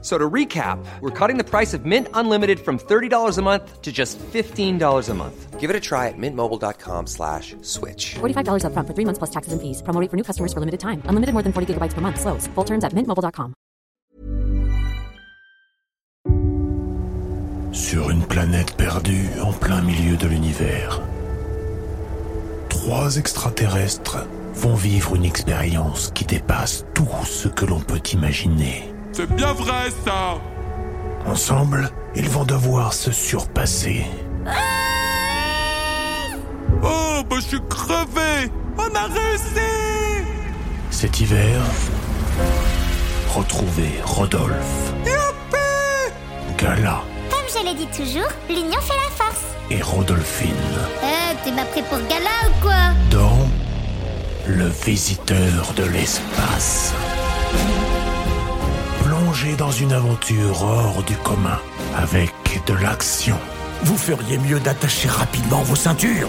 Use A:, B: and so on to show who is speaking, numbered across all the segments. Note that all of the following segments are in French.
A: So to recap, we're cutting the price of Mint Unlimited from $30 a month to just $15 a month. Give it a try at mintmobile.com slash switch.
B: $45 upfront for three months plus taxes and fees. Promo rate for new customers for limited time. Unlimited more than 40 gigabytes per month. Slows. Full terms at mintmobile.com.
C: Sur une planète perdue en plein milieu de l'univers, trois extraterrestres vont vivre une expérience qui dépasse tout ce que l'on peut imaginer.
D: C'est bien vrai ça
C: Ensemble, ils vont devoir se surpasser.
D: Oh, bah je suis crevé On a réussi
C: Cet hiver, retrouver Rodolphe, Gala
E: Comme je l'ai dit toujours, l'union fait la force.
C: et Rodolphine
E: Euh, t'es pas prêt pour gala ou quoi
C: dans Le Visiteur de l'espace. Plongez dans une aventure hors du commun avec de l'action. Vous feriez mieux d'attacher rapidement vos ceintures.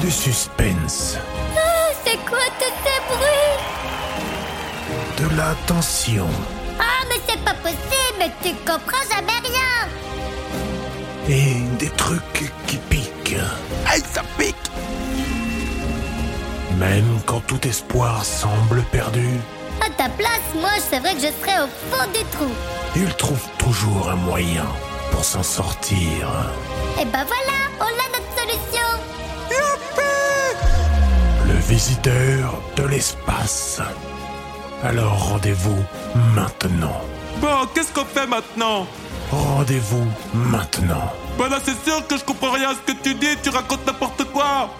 C: Du suspense,
E: Ah, C'est quoi tous ces bruits
C: de la tension
E: Ah, mais c'est pas possible, tu comprends jamais rien
C: et des trucs qui piquent. Aïe, ça pique Même quand tout espoir semble perdu,
E: À ta place, moi, c'est vrai que je serais au fond du trou.
C: il trouve toujours un moyen pour s'en sortir.
E: Et ben voilà, on a notre solution.
C: Le visiteur de l'espace. Alors rendez-vous maintenant.
D: Bon, qu'est-ce qu'on fait maintenant
C: Rendez-vous maintenant.
D: Bah là c'est sûr que je comprends rien à ce que tu dis, tu racontes n'importe quoi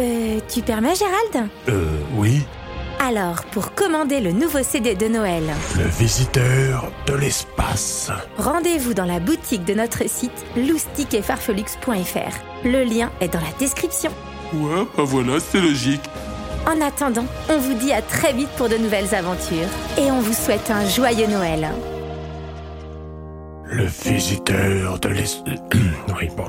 F: Euh, tu permets Gérald
C: Euh, oui
F: Alors, pour commander le nouveau CD de Noël,
C: Le visiteur de l'espace.
F: rendez-vous dans la boutique de notre site loustiquetfarfelux.fr. Le lien est dans la description.
D: Ouais, bah voilà, c'est logique.
F: En attendant, on vous dit à très vite pour de nouvelles aventures et on vous souhaite un joyeux Noël.
C: Le visiteur de l'espace. oui, bon.